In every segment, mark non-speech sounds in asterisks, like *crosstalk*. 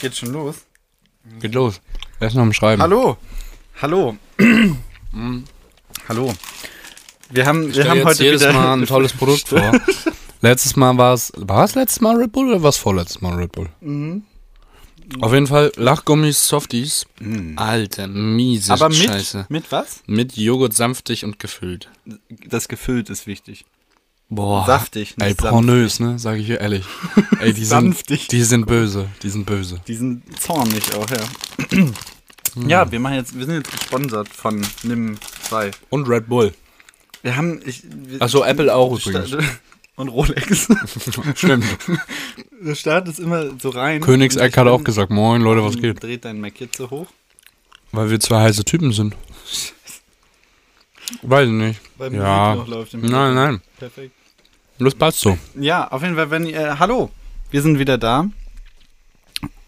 Geht schon los. Hm. Geht los. Wer ist noch am Schreiben? Hallo. *clears throat* Hallo. Hallo. Wir haben, wir Wir haben jetzt heute jedes wieder. Mal ein tolles Produkt vor. letztes Mal war es. War es letztes Mal Red Bull oder war es vorletztes Mal Red Bull? Mhm. Auf jeden Fall Lachgummis, Softies. Alter, miese *laughs* Mhm. aber mit, Scheiße. mit was? Mit Joghurt sanftig und gefüllt. Das gefüllt ist wichtig. Boah. Saftig, nicht Ey, sanft. pornös, ne? Sag ich dir ehrlich. Ey, *laughs* die sind, Sanftig. die sind böse. Die sind böse. Diesen zornig auch, ja. Hm. Ja, wir machen jetzt, wir sind jetzt gesponsert von Nimm 2. Und Red Bull. Wir haben, ich, wir, Ach so, Apple auch übrigens. Sta- *laughs* und Rolex. *laughs* *laughs* Stimmt. Der Start ist immer so rein. Königseck hat Und ich auch gesagt, moin Leute, bin- was geht? Dreht deinen Mac jetzt so hoch. Weil wir zwei heiße Typen sind. Weiß ich nicht. Weil Musik ja. noch läuft im nein, nein. Perfekt. Das passt so. Ja, auf jeden Fall, wenn ihr. äh, Hallo, wir sind wieder da.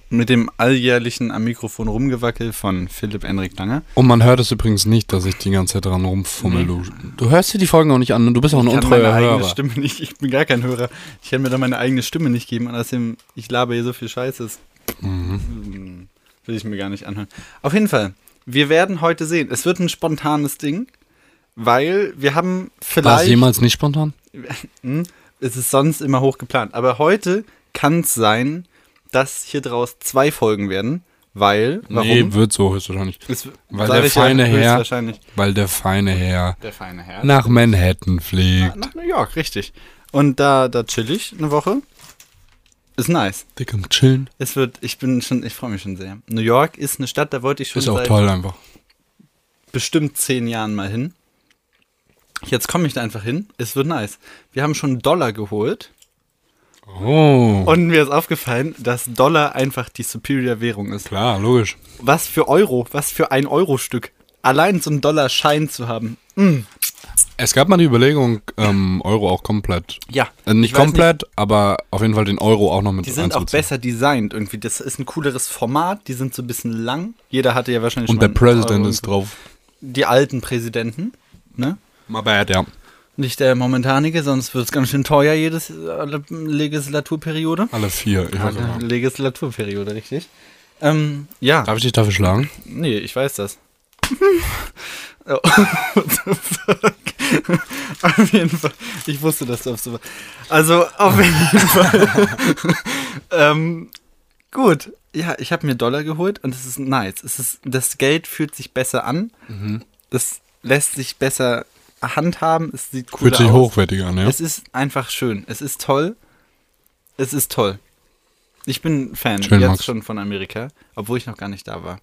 Mit dem alljährlichen am Mikrofon rumgewackel von Philipp Enrik Lange. Und man hört es übrigens nicht, dass ich die ganze Zeit dran rumfummel. Du, du hörst dir die Folgen auch nicht an und du bist auch ein Ich kann meine untreuer eigene Hörer. Stimme nicht. Ich bin gar kein Hörer. Ich kann mir da meine eigene Stimme nicht geben. Und außerdem, ich laber hier so viel Scheißes. Hm, Will ich mir gar nicht anhören. Auf jeden Fall, wir werden heute sehen. Es wird ein spontanes Ding, weil wir haben War es vielleicht. jemals nicht spontan? Hm, es ist sonst immer hoch geplant. Aber heute kann es sein, dass hier draus zwei Folgen werden, weil. Warum? Nee, wird so höchstwahrscheinlich. es, Weil sag der ich ja, feine Herr- höchstwahrscheinlich Weil der feine Herr Der feine Herr. nach Manhattan fliegt. Nach New York, richtig. Und da, da chill ich eine Woche. Ist nice. Dick am Chillen. Es wird, ich bin schon, ich freue mich schon sehr. New York ist eine Stadt, da wollte ich schon Ist auch seit toll einfach. bestimmt zehn Jahren mal hin. Jetzt komme ich da einfach hin. Es wird nice. Wir haben schon einen Dollar geholt Oh. und mir ist aufgefallen, dass Dollar einfach die superior Währung ist. Klar, logisch. Was für Euro, was für ein Euro-Stück. Allein so einen Dollar-Schein zu haben. Es gab mal die Überlegung, ähm, Euro auch komplett. Ja. Äh, nicht Ich weiß komplett, aber auf jeden Fall den Euro auch noch mit Die sind auch einzubeziehen. besser designt irgendwie. Das ist ein cooleres Format. Die sind so ein bisschen lang. Jeder hatte ja wahrscheinlich Und der einen President Euro ist und so. drauf. Die alten Präsidenten, ne? My bad, ja. Nicht der momentanige, sonst wird es ganz schön teuer jedes alle Legislaturperiode. Alle vier. Ich weiß Alle nicht. Legislaturperiode, richtig. Ähm, ja, Darf ich dich dafür schlagen? nee, ich weiß das. *laughs* oh, *laughs* what the fuck? auf jeden Fall. Ich wusste, dass du auf so Also, *laughs* auf jeden Fall. *laughs* ähm, gut. Ja, ich habe mir Dollar geholt und es ist nice. Es ist, das Geld fühlt sich besser an. Das lässt sich besser handhaben. Es sieht cooler Fühlt sich aus. hochwertig an, ja. Es ist einfach schön. Es ist toll. Es ist toll. Ich bin Fan Schön, jetzt Max. schon von Amerika, obwohl ich noch gar nicht da war.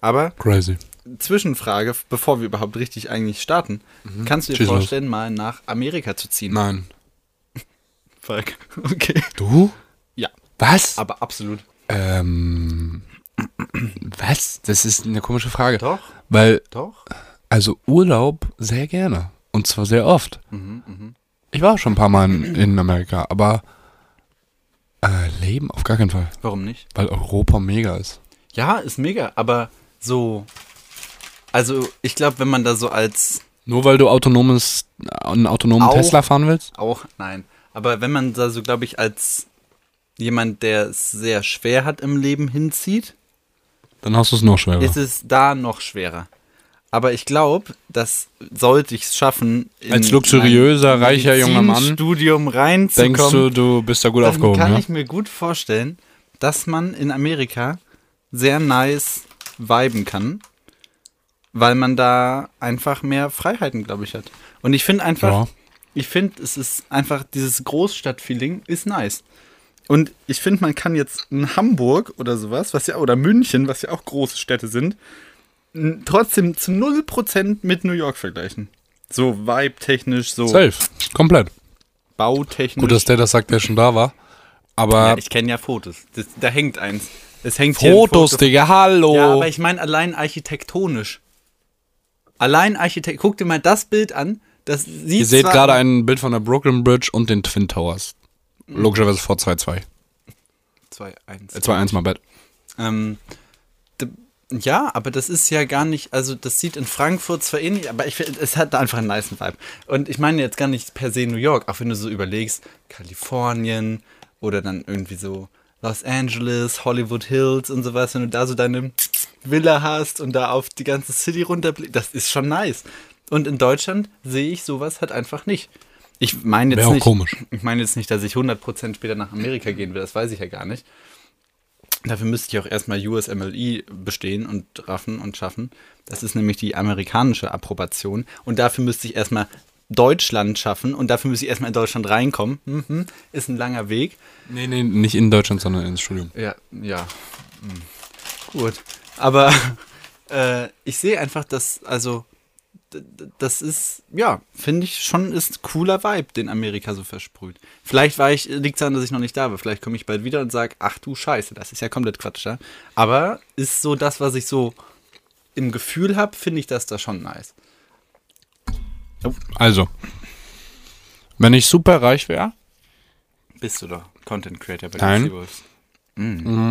Aber Crazy. Zwischenfrage, bevor wir überhaupt richtig eigentlich starten, Mhm. kannst du dir Schieß los. vorstellen, mal nach Amerika zu ziehen? Nein. Fuck. *laughs* Okay. Du? Ja, Was? aber absolut. Ähm. Was? Das ist eine komische Frage. Doch, Weil, doch. also Urlaub sehr gerne. Und zwar sehr oft. Mhm, Ich war auch schon ein paar Mal in, in Amerika, aber äh, Leben auf gar keinen Fall. Warum nicht? Weil Europa mega ist. Ja, ist mega, aber so. Also, ich glaube, wenn man da so als Nur weil du autonomes, äh, einen autonomen Auch- Tesla fahren willst? Auch nein. Aber wenn man da so, glaube ich, als jemand, der es sehr schwer hat im Leben hinzieht, Dann hast du es noch schwerer. ist es da noch schwerer. Aber ich glaube, das sollte ich es schaffen. in Als luxuriöser, ein reicher junger Mann Medizinstudium reinzukommen. Denkst du, du bist da gut dann aufgehoben, kann ja? ich mir gut vorstellen, dass man in Amerika sehr nice viben kann, weil man da einfach mehr Freiheiten, glaube ich, hat. Und ich finde einfach, Ja. ich finde, es ist einfach dieses Großstadtfeeling ist nice. Und ich finde, man kann jetzt in Hamburg oder sowas, was ja oder München, was ja auch große Städte sind, n- trotzdem zu 0% mit New York vergleichen. So vibe-technisch, so Safe. Komplett. bautechnisch. Gut, dass der das sagt, der schon da war. Aber Ja, ich kenne ja Fotos. Das, da hängt eins. Es hängt hier ein Fotos, Foto. Digga, hallo. Ja, aber ich meine allein architektonisch. Allein architekt. Guck dir mal das Bild an. Das sieht Ihr seht zwar- gerade ein Bild von der Brooklyn Bridge und den Twin Towers. Logischerweise vor 2-2. Zwei, eins. Äh, 2-1 mal Bett. Ähm, d- ja, aber das ist ja gar nicht, also das sieht in Frankfurt zwar ähnlich, aber ich finde, es hat einfach einen nice Vibe. Und ich meine jetzt gar nicht per se New York, auch wenn du so überlegst, Kalifornien oder dann irgendwie so Los Angeles, Hollywood Hills und sowas, wenn du da so deine Villa hast und da auf die ganze City runterblickst, das ist schon nice. Und in Deutschland sehe ich sowas halt einfach nicht. Ich meine jetzt Wäre auch nicht, komisch. ich meine jetzt nicht, dass ich 100% später nach Amerika gehen will, das weiß ich ja gar nicht. Dafür müsste ich auch erstmal USMLE E bestehen und raffen und schaffen. Das ist nämlich die amerikanische Approbation. Und dafür müsste ich erstmal Deutschland schaffen und dafür müsste ich erstmal in Deutschland reinkommen. Mhm. Ist ein langer Weg. Nee, nee, nicht in Deutschland, sondern ins Studium. Ja, ja. Hm. Gut. Aber *laughs* äh, ich sehe einfach, dass, also, d- d- das ist, ja, finde ich schon, ist ein cooler Vibe, den Amerika so versprüht. Vielleicht war ich, liegt daran, dass ich noch nicht da war. Vielleicht komme ich bald wieder und sage, ach du Scheiße, das ist ja komplett Quatsch, ja? Aber ist so das, was ich so im Gefühl habe, finde ich das da schon nice. Also, wenn ich super reich wäre, Bist du doch Content Creator bei Nein. den Seawolves.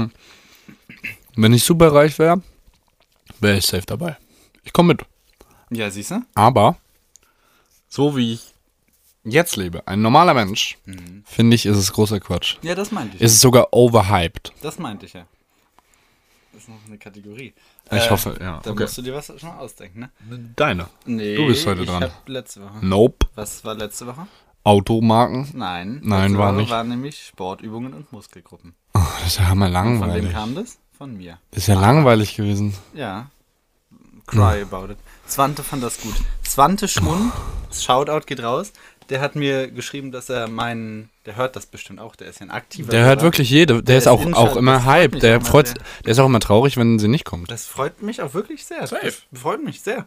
wenn ich super reich wäre, wäre ich safe dabei. Ich komme mit. Ja, siehst du? Aber, so wie ich jetzt lebe, ein normaler Mensch, finde ich, ist es großer Quatsch. Ja, das meinte ich. Ist es sogar overhyped. das meinte ich ja. Das ist noch eine Kategorie. Ich Äh, hoffe, ja. Da Okay. musst du dir was schon ausdenken, ne? Deine. Nee, Du bist heute ich dran. Hab letzte Woche. Nope. Was war letzte Woche? Automarken. *laughs* Nein. Nein, letzte war Woche nicht. waren nämlich Sportübungen und Muskelgruppen. Oh, das ist ja hammer Von wem langweilig. kam das? Von mir. Das ist ja langweilig gewesen. Ja. Cry Hm. about it. Swante fand das gut. Swante Schmund, Shoutout geht raus. Der hat mir geschrieben, dass er meinen, der hört das bestimmt auch, der ist ja ein aktiver. Der hört Hörer. wirklich jede. Der, ist ist auch, Insta- auch immer das freut hype. mich Der, immer freut, sehr. der ist auch immer traurig, wenn sie nicht kommt. Das freut mich auch wirklich sehr. Safe. Das freut mich sehr.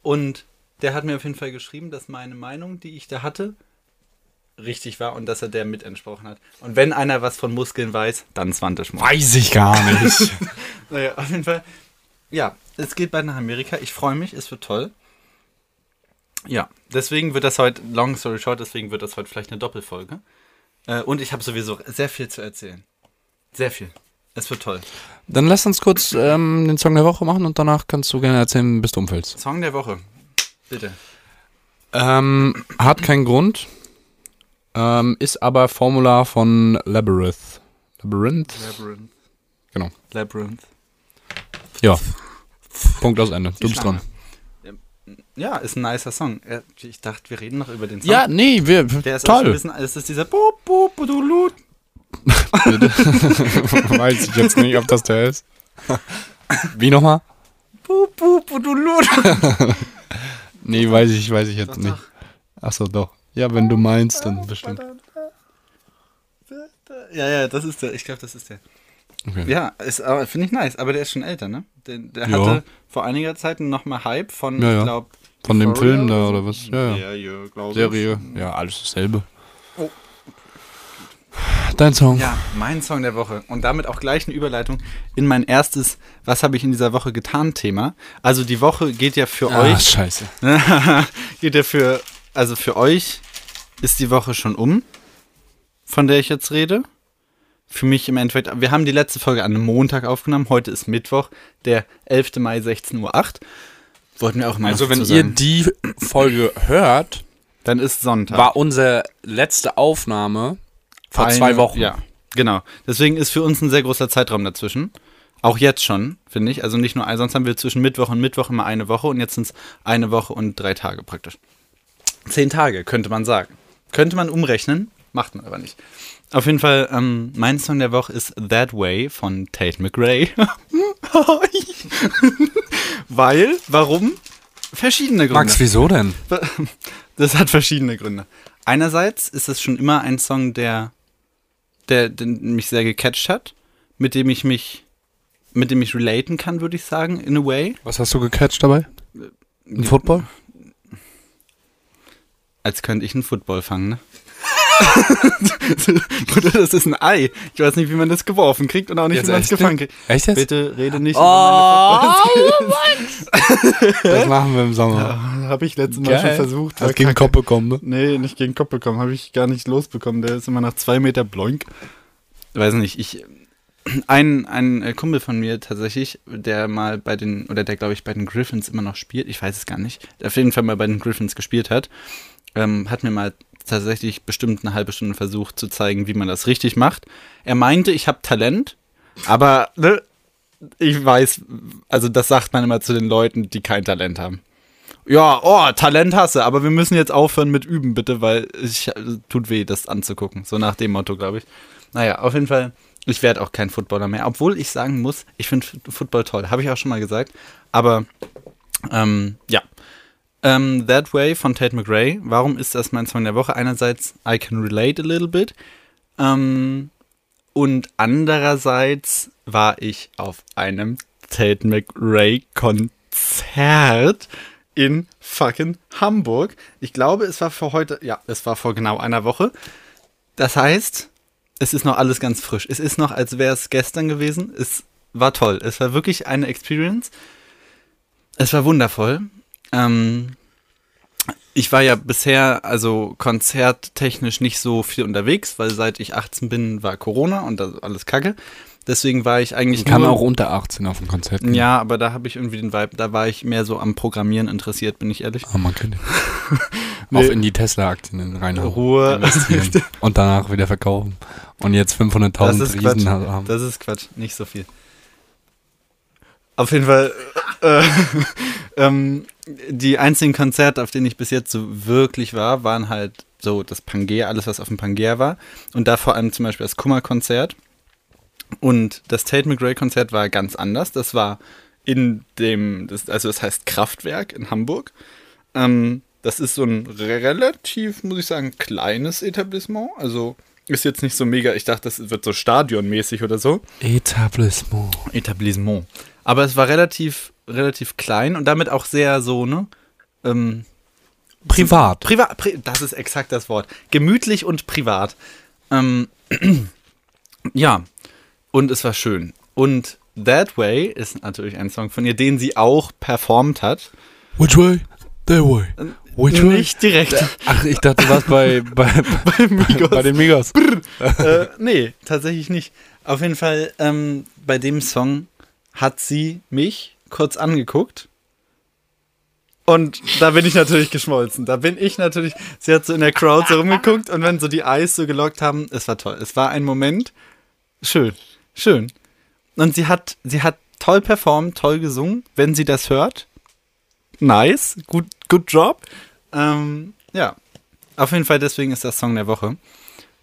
Und der hat mir auf jeden Fall geschrieben, dass meine Meinung, die ich da hatte, richtig war und dass er der mit entsprochen hat. Und wenn einer was von Muskeln weiß, dann Swante Schmund. Weiß ich *laughs* gar nicht. Naja, auf jeden Fall. Ja, es geht bald nach Amerika. Ich freue mich, es wird toll. Ja, deswegen wird das heute, long story short, deswegen wird das heute vielleicht eine Doppelfolge. Äh, und ich habe sowieso sehr viel zu erzählen. Sehr viel. Es wird toll. Dann lass uns kurz ähm, den Song der Woche machen und danach kannst du gerne erzählen, bis du umfällst. Song der Woche. Bitte. Ähm, hat keinen Grund. Ähm, ist aber Formula von Labyrinth. Labyrinth? Labyrinth. Genau. Labyrinth. Ja. Punkt aus Ende. Du bist dran. Schlange. Ja, ist ein nicer Song. Äh, Ich dachte, wir reden noch über den Song. Ja, nee, wir. der ist auch schon ein toll. bisschen, es ist dieser Boop, Boop, Budulut. *laughs* Weiß ich jetzt nicht, ob das der ist. Wie nochmal? Boop, Boop, Budulut. Nee, weiß ich, weiß ich jetzt nicht. Achso, doch. Ja, wenn du meinst, dann bestimmt. Ja, ja, das ist der. Ich glaube, das ist der. Okay. Ja, ist, aber finde ich nice. Aber der ist schon älter, ne? Der, der Ja. hatte vor einiger Zeit nochmal Hype von, Ja, ja. ich glaube. Von dem Film da oder was? Ja, ja. Serie, glaube ich. Serie. Ja, alles dasselbe. Oh. Dein Song. Ja, mein Song der Woche. Und damit auch gleich eine Überleitung in mein erstes Was habe ich in dieser Woche getan Thema. Also die Woche geht ja für Ah, euch scheiße. Geht ja für, also für euch ist die Woche schon um, von der ich jetzt rede. Für mich im Endeffekt, wir haben die letzte Folge an einem Montag aufgenommen. Heute ist Mittwoch, der 11. Mai, 16.08 Uhr. Wollten wir auch mal Also, dazu wenn ihr sagen. die Folge hört, Dann ist Sonntag. war unsere letzte Aufnahme vor Eine- zwei Wochen. Ja, genau. Deswegen ist für uns ein sehr großer Zeitraum dazwischen. Auch jetzt schon, finde ich. Also nicht nur, sonst haben wir zwischen Mittwoch und Mittwoch immer eine Woche und jetzt sind es eine Woche und drei Tage praktisch. Zehn Tage, könnte man sagen. Könnte man umrechnen, macht man aber nicht. Auf jeden Fall, ähm, mein Song der Woche ist That Way von Tate McRae. *laughs* Weil, warum? Verschiedene Gründe. Max, wieso denn? Das hat verschiedene Gründe. Einerseits ist es schon immer ein Song, der, der, der mich sehr gecatcht hat, mit dem ich mich, mit dem ich relaten kann, würde ich sagen, in a way. Was hast du gecatcht dabei? Im Football? Als könnte ich einen Football fangen, ne? *laughs* Bruder, das ist ein Ei. Ich weiß nicht, wie man das geworfen kriegt und auch nicht, Jetzt wie man es echt? gefangen kriegt. Echt jetzt? Oh. Bitte rede *laughs* nicht Das machen wir im Sommer. Habe Ah, ich letztes Mal Geil. schon versucht. Hast gegen den Kopf bekommen, ne? Nee, nicht gegen den Kopf bekommen. Habe ich gar nicht losbekommen. Der ist immer nach zwei Meter bloink. Weiß nicht, ich. Ein, ein äh, Kumpel von mir tatsächlich, der mal bei den, oder der glaube ich bei den Griffins immer noch spielt, ich weiß es gar nicht, der auf jeden Fall mal bei den Griffins gespielt hat, ähm, hat mir mal jetzt tatsächlich bestimmt eine halbe Stunde versucht zu zeigen, wie man das richtig macht. Er meinte, ich habe Talent, aber ne, ich weiß, also das sagt man immer zu den Leuten, die kein Talent haben. Ja, oh, Talent hasse, aber wir müssen jetzt aufhören mit Üben, bitte, weil es tut weh, das anzugucken. So nach dem Motto, glaube ich. Naja, auf jeden Fall, ich werde auch kein Footballer mehr. Obwohl ich sagen muss, ich finde Football toll, habe ich auch schon mal gesagt. Aber ähm, ja. Ähm, That Way von Tate McRae. Warum ist das mein Song der Woche? Einerseits, I can relate a little bit. Ähm, und andererseits war ich auf einem Tate McRae-Konzert in fucking Hamburg. Ich glaube, es war vor heute, ja, es war vor genau einer Woche. Das heißt, es ist noch alles ganz frisch. Es ist noch, als wäre es gestern gewesen. Es war toll. Es war wirklich eine Experience. Es war wundervoll. Ähm, ich war ja bisher, also konzerttechnisch nicht so viel unterwegs, weil seit ich 18 bin, war Corona und das alles kacke. Deswegen war ich eigentlich. Kann man auch unter 18 auf ein Konzert gehen. Ja, aber da habe ich irgendwie den Vibe, da war ich mehr so am Programmieren interessiert, bin ich ehrlich. Ah, man *laughs* könnte auch in die Tesla-Aktien reinhauen. Ruhe. investieren *laughs* und danach wieder verkaufen. Und jetzt 500.000 Das ist Quatsch. Riesen haben. Das ist Quatsch, nicht so viel. Auf jeden Fall, äh, *laughs* ähm, die einzigen Konzerte, auf denen ich bis jetzt so wirklich war, waren halt so das Pangea, alles was auf dem Pangea war. Und da vor allem zum Beispiel das Kummer-Konzert. Und das Tate McRae-Konzert war ganz anders. Das war in dem, das, also das heißt Kraftwerk in Hamburg. Ähm, das ist so ein relativ, muss ich sagen, kleines Etablissement. Also ist jetzt nicht so mega, ich dachte, das wird so stadionmäßig oder so. Etablissement. Etablissement. Aber es war relativ, relativ klein und damit auch sehr so, ne? Ähm, Privat. privat, pri das ist exakt das Wort. Gemütlich und privat. Ähm, *clears throat* ja, und es war schön. Und That Way ist natürlich ein Song von ihr, den sie auch performt hat. Which way? That way. Which way? Ähm, äh, Nicht direkt. *laughs* Ach, ich dachte, du warst bei, bei, bei, Migos. *laughs* bei den Migos. äh, nee, tatsächlich nicht. Auf jeden Fall, ähm, bei dem Song hat sie mich kurz angeguckt. Und da bin ich natürlich geschmolzen. Da bin ich natürlich, sie hat so in der Crowd so rumgeguckt und wenn so die Eyes so gelockt haben, es war toll. Es war ein Moment, schön, schön. Und sie hat, sie hat toll performt, toll gesungen. Wenn sie das hört, nice, gut, good job. Ähm, ja, auf jeden Fall deswegen ist das Song der Woche.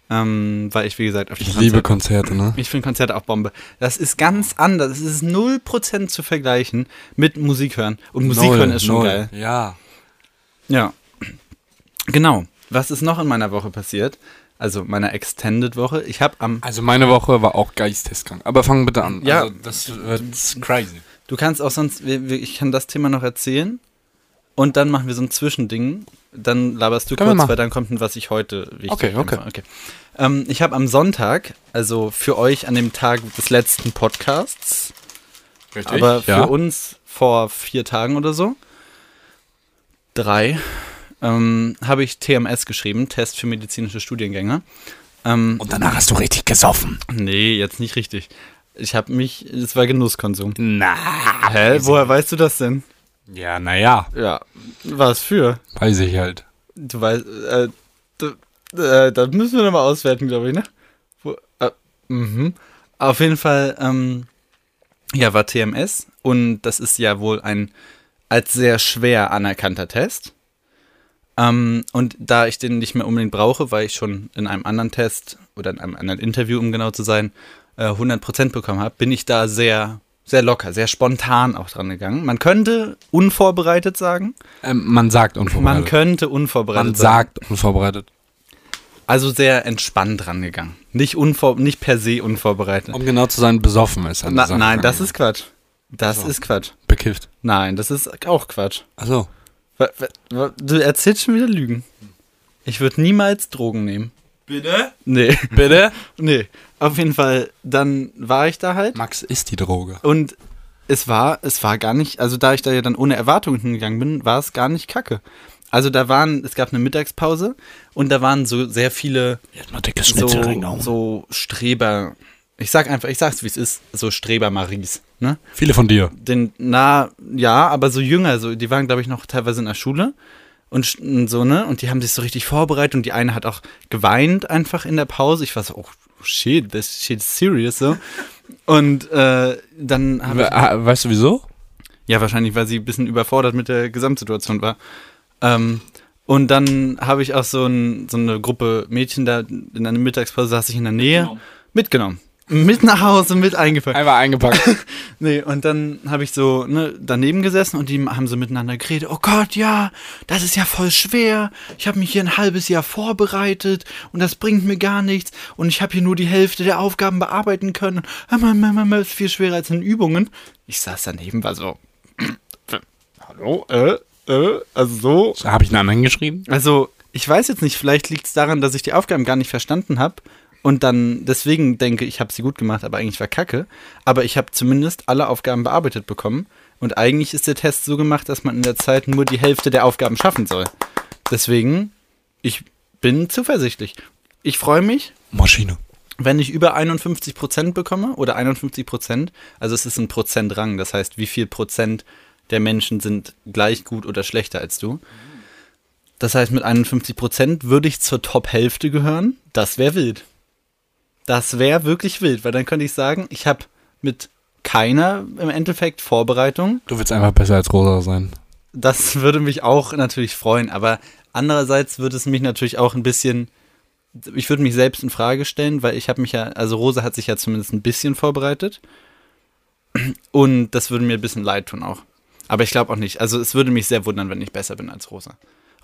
Ähm, weil ich, wie gesagt, auf die Ich liebe Konzerte, ne? ich finde Konzerte auch Bombe. Das ist ganz anders. Es ist 0% zu vergleichen mit Musik hören. Und Musik hören ist schon null. geil. Ja. Ja. Genau. Was ist noch in meiner Woche passiert? Also meiner Extended-Woche. Ich habe am. Also meine Woche war auch geisteskrank. Aber fang bitte an. Ja. Also das wird crazy. Du kannst auch sonst. wir- wir- Ich kann das Thema noch erzählen. Und dann machen wir so ein Zwischending. Dann laberst du Können wir kurz, machen. weil dann kommt ein, was ich heute wichtig Okay, finde. okay. okay. Ähm, ich habe am Sonntag, also für euch an dem Tag des letzten Podcasts, Richtig. Aber für ja. uns vor vier Tagen oder so, drei, ähm, habe ich TMS geschrieben, Test für medizinische Studiengänge. Ähm, Und danach hast du richtig gesoffen. nee, jetzt nicht richtig. Ich habe mich, es war Genusskonsum. Na. Hä? Woher weißt du das denn? Ja, naja. Ja, was für? Weiß ich halt. Du weißt, äh, du, äh, das müssen wir nochmal auswerten, glaube ich, ne? Wo, äh, mhm. Auf jeden Fall, ähm, ja, war TMS und das ist ja wohl ein als sehr schwer anerkannter Test. Ähm, und da ich den nicht mehr unbedingt brauche, weil ich schon in einem anderen Test oder in einem anderen Interview, um genau zu sein, äh, 100% bekommen habe, bin ich da sehr, sehr locker, sehr spontan auch dran gegangen. Man könnte unvorbereitet sagen, Ähm, man sagt man unvorbereitet. könnte unvorbereitet Man sagen. sagt unvorbereitet. Also sehr entspannt rangegangen. Nicht, unvor nicht per se unvorbereitet. Um genau zu sein, besoffen ist. an Na, der Sache nein, das rangegangen. ist Quatsch. Das ist Quatsch. Bekifft. Also, Nein, das ist auch Quatsch. Achso. Wa- wa- wa- Du erzählst schon wieder Lügen. Ich würde niemals Drogen nehmen. Bitte? Nee, Bitte? *laughs* nee. Auf jeden Fall, dann war ich da halt. Max ist die Droge. Und es war, es war gar nicht, also da ich da ja dann ohne Erwartungen hingegangen bin, war es gar nicht kacke. Also da waren, es gab eine Mittagspause und da waren so sehr viele Jetzt mal dickes so, so Streber. Ich sag einfach, ich sag's wie es ist, so Streber Maries, ne? Viele von dir. Den na ja, aber so jünger, so die waren glaube ich noch teilweise in der Schule und, sch- und so, ne? Und die haben sich so richtig vorbereitet und die eine hat auch geweint einfach in der Pause. Ich war so, oh shit, this shit's serious, so. Und äh, dann habe ich. We- ah, Weißt du wieso? Ja, wahrscheinlich, weil sie ein bisschen überfordert mit der Gesamtsituation war. Ähm, und dann habe ich auch so, ein, so eine Gruppe Mädchen da in einer Mittagspause, saß ich in der Nähe, mitgenommen. Mit nach Hause, mit eingepackt. Einmal *laughs* eingepackt. Nee, und dann habe ich so ne, daneben gesessen und die haben so miteinander geredet. Oh Gott, ja, das ist ja voll schwer. Ich habe mich hier ein halbes Jahr vorbereitet und das bringt mir gar nichts. Und ich habe hier nur die Hälfte der Aufgaben bearbeiten können. Ah, man, man, man, man, ist viel schwerer als in Übungen. Ich saß daneben, war so. *clears throat* Hallo? Äh? Äh? Also so? Habe ich einen anderen geschrieben? Also, ich weiß jetzt nicht, vielleicht liegt es daran, dass ich die Aufgaben gar nicht verstanden habe und dann deswegen denke, ich habe sie gut gemacht, aber eigentlich war Kacke. Aber ich habe zumindest alle Aufgaben bearbeitet bekommen und eigentlich ist der Test so gemacht, dass man in der Zeit nur die Hälfte der Aufgaben schaffen soll. Deswegen, ich bin zuversichtlich. Ich freue mich, Maschine. wenn ich über 51 Prozent bekomme oder 51 Prozent, also es ist ein Prozentrang, das heißt, wie viel Prozent der Menschen sind gleich gut oder schlechter als du. Das heißt, mit 51 Prozent würde ich zur Top-Hälfte gehören. Das wäre wild. Das wäre wirklich wild, weil dann könnte ich sagen, ich habe mit keiner im Endeffekt Vorbereitung. Du willst einfach besser als Rosa sein. Das *laughs* würde mich auch natürlich freuen, aber andererseits würde es mich natürlich auch ein bisschen ich würde mich selbst in Frage stellen, weil ich habe mich ja, also Rosa hat sich ja zumindest ein bisschen vorbereitet. Und das würde mir ein bisschen leid tun auch. Aber ich glaube auch nicht. Also es würde mich sehr wundern, wenn ich besser bin als Rosa.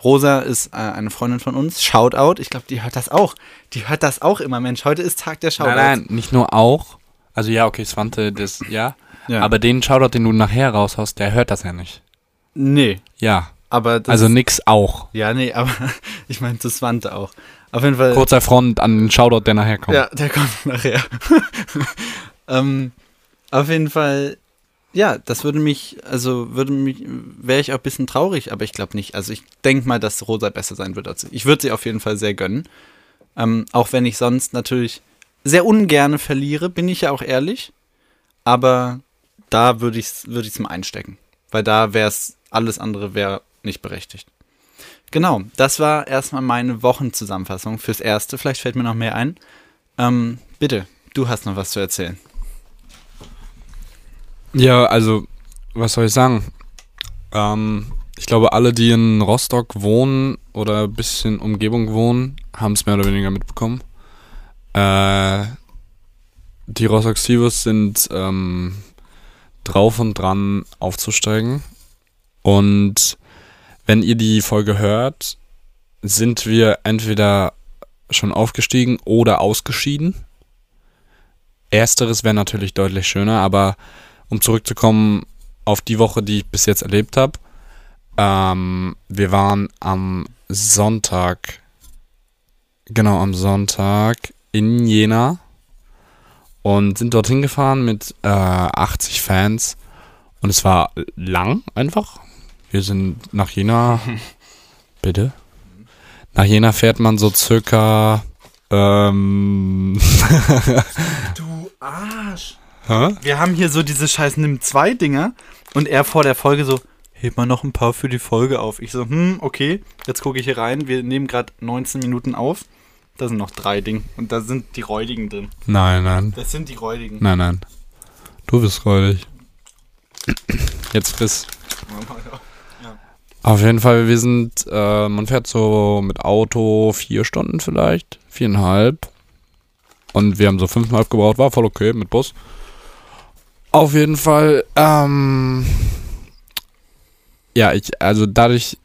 Rosa ist äh, eine Freundin von uns. Shoutout. Ich glaube, die hört das auch. Die hört das auch immer. Mensch, heute ist Tag der Shoutout. Nein, nein, nicht nur auch. Also ja, okay, Swante, das, ja. Ja. Aber den Shoutout, den du nachher raushaust, der hört das ja nicht. Nee, Ja. aber das also nix auch. Ja, nee, aber *laughs* ich meine, das Wante auch. Auf jeden Fall. Kurzer Front an den Shoutout, der nachher kommt. Ja, der kommt nachher. *laughs* ähm, auf jeden Fall, ja, das würde mich, also würde mich, wäre ich auch ein bisschen traurig, aber ich glaube nicht. Also ich denke mal, dass Rosa besser sein wird als ich. Ich würde sie auf jeden Fall sehr gönnen. Ähm, auch wenn ich sonst natürlich sehr ungerne verliere, bin ich ja auch ehrlich. Aber da würde ich es würd ich's mal einstecken. Weil da wäre es, alles andere wäre nicht berechtigt. Genau, das war erstmal meine Wochenzusammenfassung fürs Erste. Vielleicht fällt mir noch mehr ein. Ähm, bitte, du hast noch was zu erzählen. Ja, also, was soll ich sagen? Ähm, ich glaube, alle, die in Rostock wohnen oder ein bisschen Umgebung wohnen, haben es mehr oder weniger mitbekommen. Äh, die Rostock Seavers sind ähm, drauf und dran aufzusteigen. Und wenn ihr die Folge hört, sind wir entweder schon aufgestiegen oder ausgeschieden. Ersteres wäre natürlich deutlich schöner, aber um zurückzukommen auf die Woche, die ich bis jetzt erlebt habe. Ähm, wir waren am Sonntag, genau am Sonntag in Jena und sind dorthin gefahren mit äh, 80 Fans und es war lang einfach. Wir sind nach Jena, bitte. Nach Jena fährt man so circa. Ähm, *laughs* Du Arsch. hä? Wir haben hier so diese scheiß Nimm-2-Dinger und er vor der Folge so, heb mal noch ein paar für die Folge auf. Ich so, hm, okay, jetzt gucke ich hier rein. Wir nehmen gerade 19 Minuten auf. Da sind noch drei Dinge und da sind die Räudigen drin. Nein, nein. Das sind die Räudigen. Nein, nein. Du bist räudig. Jetzt friss. Auf jeden Fall, wir sind, äh, man fährt so mit Auto vier Stunden vielleicht, viereinhalb. Und wir haben so fünfeinhalb gebraucht, war voll okay mit Bus. Auf jeden Fall, ähm, ja, ich, also dadurch,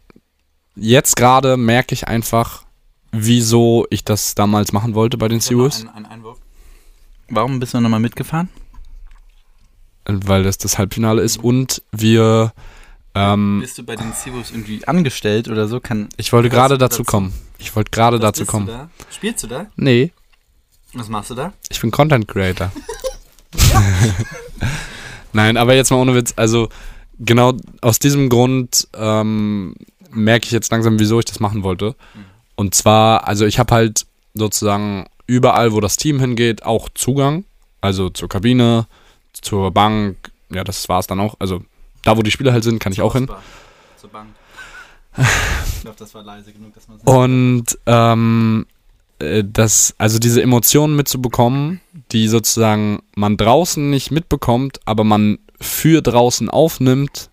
jetzt gerade merke ich einfach, wieso ich das damals machen wollte bei den Seawolves. Ein, ein Einwurf. Warum bist du nochmal mitgefahren? weil das das Halbfinale ist und wir ähm, Bist du bei den Cibos irgendwie angestellt oder so? Kann, ich wollte gerade Was- dazu das- kommen. Ich wollte gerade dazu kommen. Spielst du da? Nee, Was machst du da? ich bin Content Creator. *laughs* Nein, aber jetzt mal ohne Witz, also genau aus diesem Grund ähm, merke ich jetzt langsam, wieso ich das machen wollte. Und zwar, also ich habe halt sozusagen überall, wo das Team hingeht, auch Zugang. Also zur Kabine, zur Bank, ja, das war es dann auch. Also da, wo die Spieler halt sind, kann ich auch hin. Zur Bank. Ich glaube, das war leise genug, dass man es Oh. Und ähm, äh, das, also diese Emotionen mitzubekommen, die sozusagen man draußen nicht mitbekommt, aber man für draußen aufnimmt.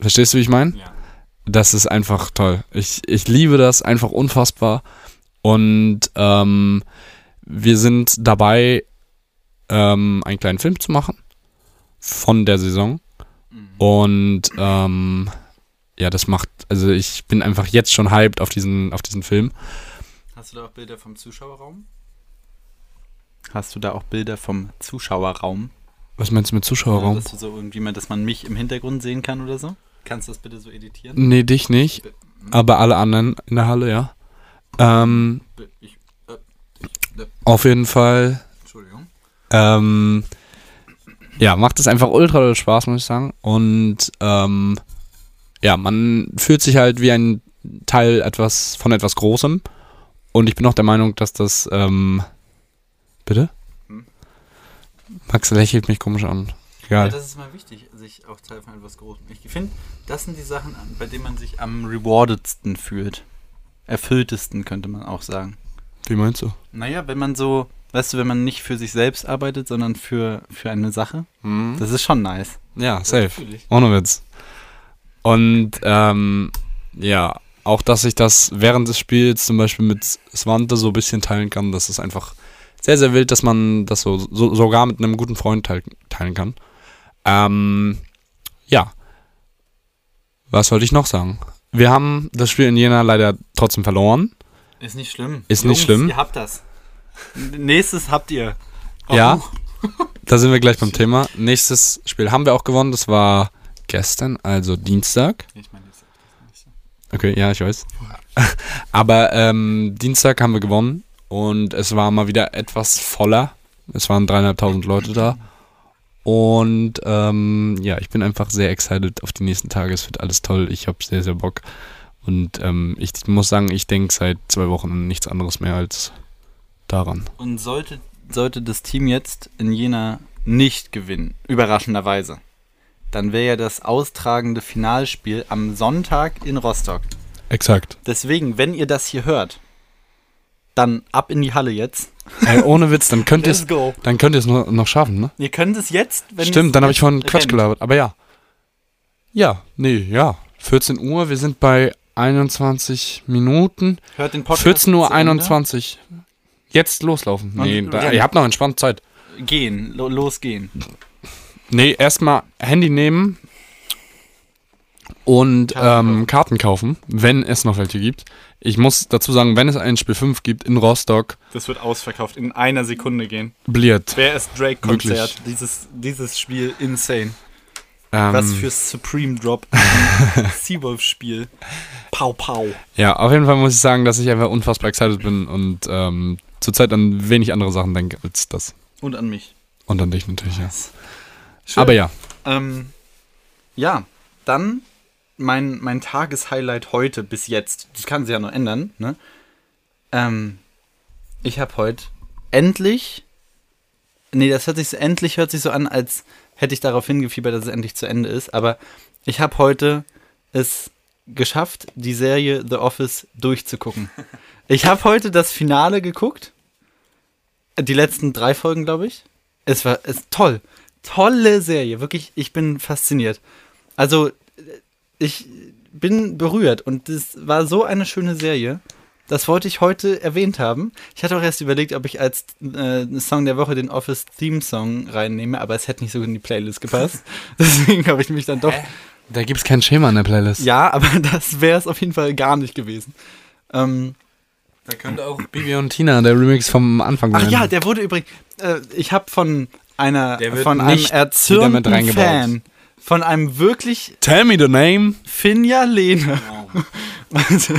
Verstehst du, wie ich meine? Ja. Das ist einfach toll. Ich, ich liebe das, einfach unfassbar. Und ähm, wir sind dabei, ähm, einen kleinen Film zu machen von der Saison. Mhm. Und ähm, ja, das macht, also ich bin einfach jetzt schon hyped auf diesen, auf diesen Film. Hast du da auch Bilder vom Zuschauerraum? Hast du da auch Bilder vom Zuschauerraum? Was meinst du mit Zuschauerraum? Also, dass du so irgendwie mal, dass man mich im Hintergrund sehen kann oder so? Kannst du das bitte so editieren? nee, dich nicht, Bi- aber alle anderen in der Halle, ja. Ähm, bi- Ich, äh, auf jeden Fall Entschuldigung. Ähm, ja, macht es einfach ultra doll Spaß, muss ich sagen. Und ähm, ja, man fühlt sich halt wie ein Teil etwas von etwas Großem. Und ich bin auch der Meinung, dass das. Ähm, bitte? Hm? Max lächelt mich komisch an. Ja, Egal. das ist mal wichtig, sich auch Teil von etwas Großem. Ich finde, das sind die Sachen, an- bei denen man sich am rewardedsten fühlt. Erfülltesten könnte man auch sagen. Wie meinst du? Naja, wenn man so, weißt du, wenn man nicht für sich selbst arbeitet, sondern für, für eine Sache, das ist schon nice. Ja, Hm? safe. Natürlich. Ohne Witz. Und ähm, ja, auch dass ich das während des Spiels zum Beispiel mit Swante so ein bisschen teilen kann, das ist einfach sehr, sehr wild, dass man das so, so sogar mit einem guten Freund teil, teilen kann. Ähm, ja. Was wollte ich noch sagen? Wir haben das Spiel in Jena leider trotzdem verloren. Ist nicht schlimm. Ist nicht schlimm. Ihr habt das. N- Nächstes habt ihr. Ja. Oh, Da sind wir gleich beim Thema. Nächstes Spiel haben wir auch gewonnen. Das war gestern, also Dienstag. Ich meine, das das nicht so. Okay, ja, ich weiß. Aber ähm, Dienstag haben wir gewonnen und es war mal wieder etwas voller. Es waren dreieinhalbtausend Leute da. Und ähm, ja, ich bin einfach sehr excited auf die nächsten Tage. Es wird alles toll. Ich habe sehr, sehr Bock. Und ähm, ich muss sagen, ich denke seit zwei Wochen an nichts anderes mehr als daran. Und sollte, sollte das Team jetzt in Jena nicht gewinnen, überraschenderweise, dann wäre ja das austragende Finalspiel am Sonntag in Rostock. Exakt. Deswegen, wenn ihr das hier hört, dann ab in die Halle jetzt. Ey, Äh, ohne Witz, dann *laughs* könnt ihr es go. dann könnt ihr es noch, noch schaffen, ne? Ihr könnt es Äh, jetzt, wenn Stimmt, dann habe ich vorhin Quatsch rennt. gelabert, aber ja. Ja, nee, ja. 14 Uhr, wir sind bei 21 Minuten. hört den Podcast. 14 Uhr zu Ende. 21. Jetzt loslaufen. Und Nee, da, rennen. ihr habt noch entspannt Zeit. Gehen, lo losgehen. Nee, erstmal Handy nehmen und Karten ähm, Karten kaufen, wenn es noch welche gibt. Ich muss dazu sagen, wenn es ein Spiel 5 gibt in Rostock, Das wird ausverkauft, in einer Sekunde gehen. bliert. Wer ist Drake-Konzert? Wirklich. Dieses, dieses Spiel insane. Ähm, Was fürs Supreme Drop. Seawolf-Spiel. Pow, pow. Ja, auf jeden Fall muss ich sagen, dass ich einfach unfassbar excited bin und ähm, zurzeit an wenig andere Sachen denke als das. Und an mich. Und an dich natürlich, ja. Schön. Aber ja, Ähm, ja, dann mein, mein Tageshighlight heute bis jetzt. Das kann sich ja noch ändern, ne? Ähm, ich habe heute endlich. Nee, das hört sich so, endlich hört sich so an, als hätte ich darauf hingefiebert, dass es endlich zu Ende ist. Aber ich habe heute es geschafft, die Serie The Office durchzugucken. Ich habe heute das Finale geguckt. Die letzten drei Folgen, glaube ich. Es war es toll. Tolle Serie. Wirklich, ich bin fasziniert. Also, ich bin berührt und es war so eine schöne Serie. Das wollte ich heute erwähnt haben. Ich hatte auch erst überlegt, ob ich als äh, Song der Woche den Office Theme Song reinnehme, aber es hätte nicht so in die Playlist gepasst. *laughs* Deswegen habe ich mich dann doch. da gibt es kein Schema in der Playlist. Ja, aber das wäre es auf jeden Fall gar nicht gewesen. Ähm, Da könnte auch Bibi und Tina, der Remix vom Anfang Ach sein. ja, der wurde übrigens. Äh, ich habe von einer Der wird von einem nicht wieder mit erzürnten reingebaut. Fan, von einem wirklich Tell me the name. Finja Lehne. *laughs* Also,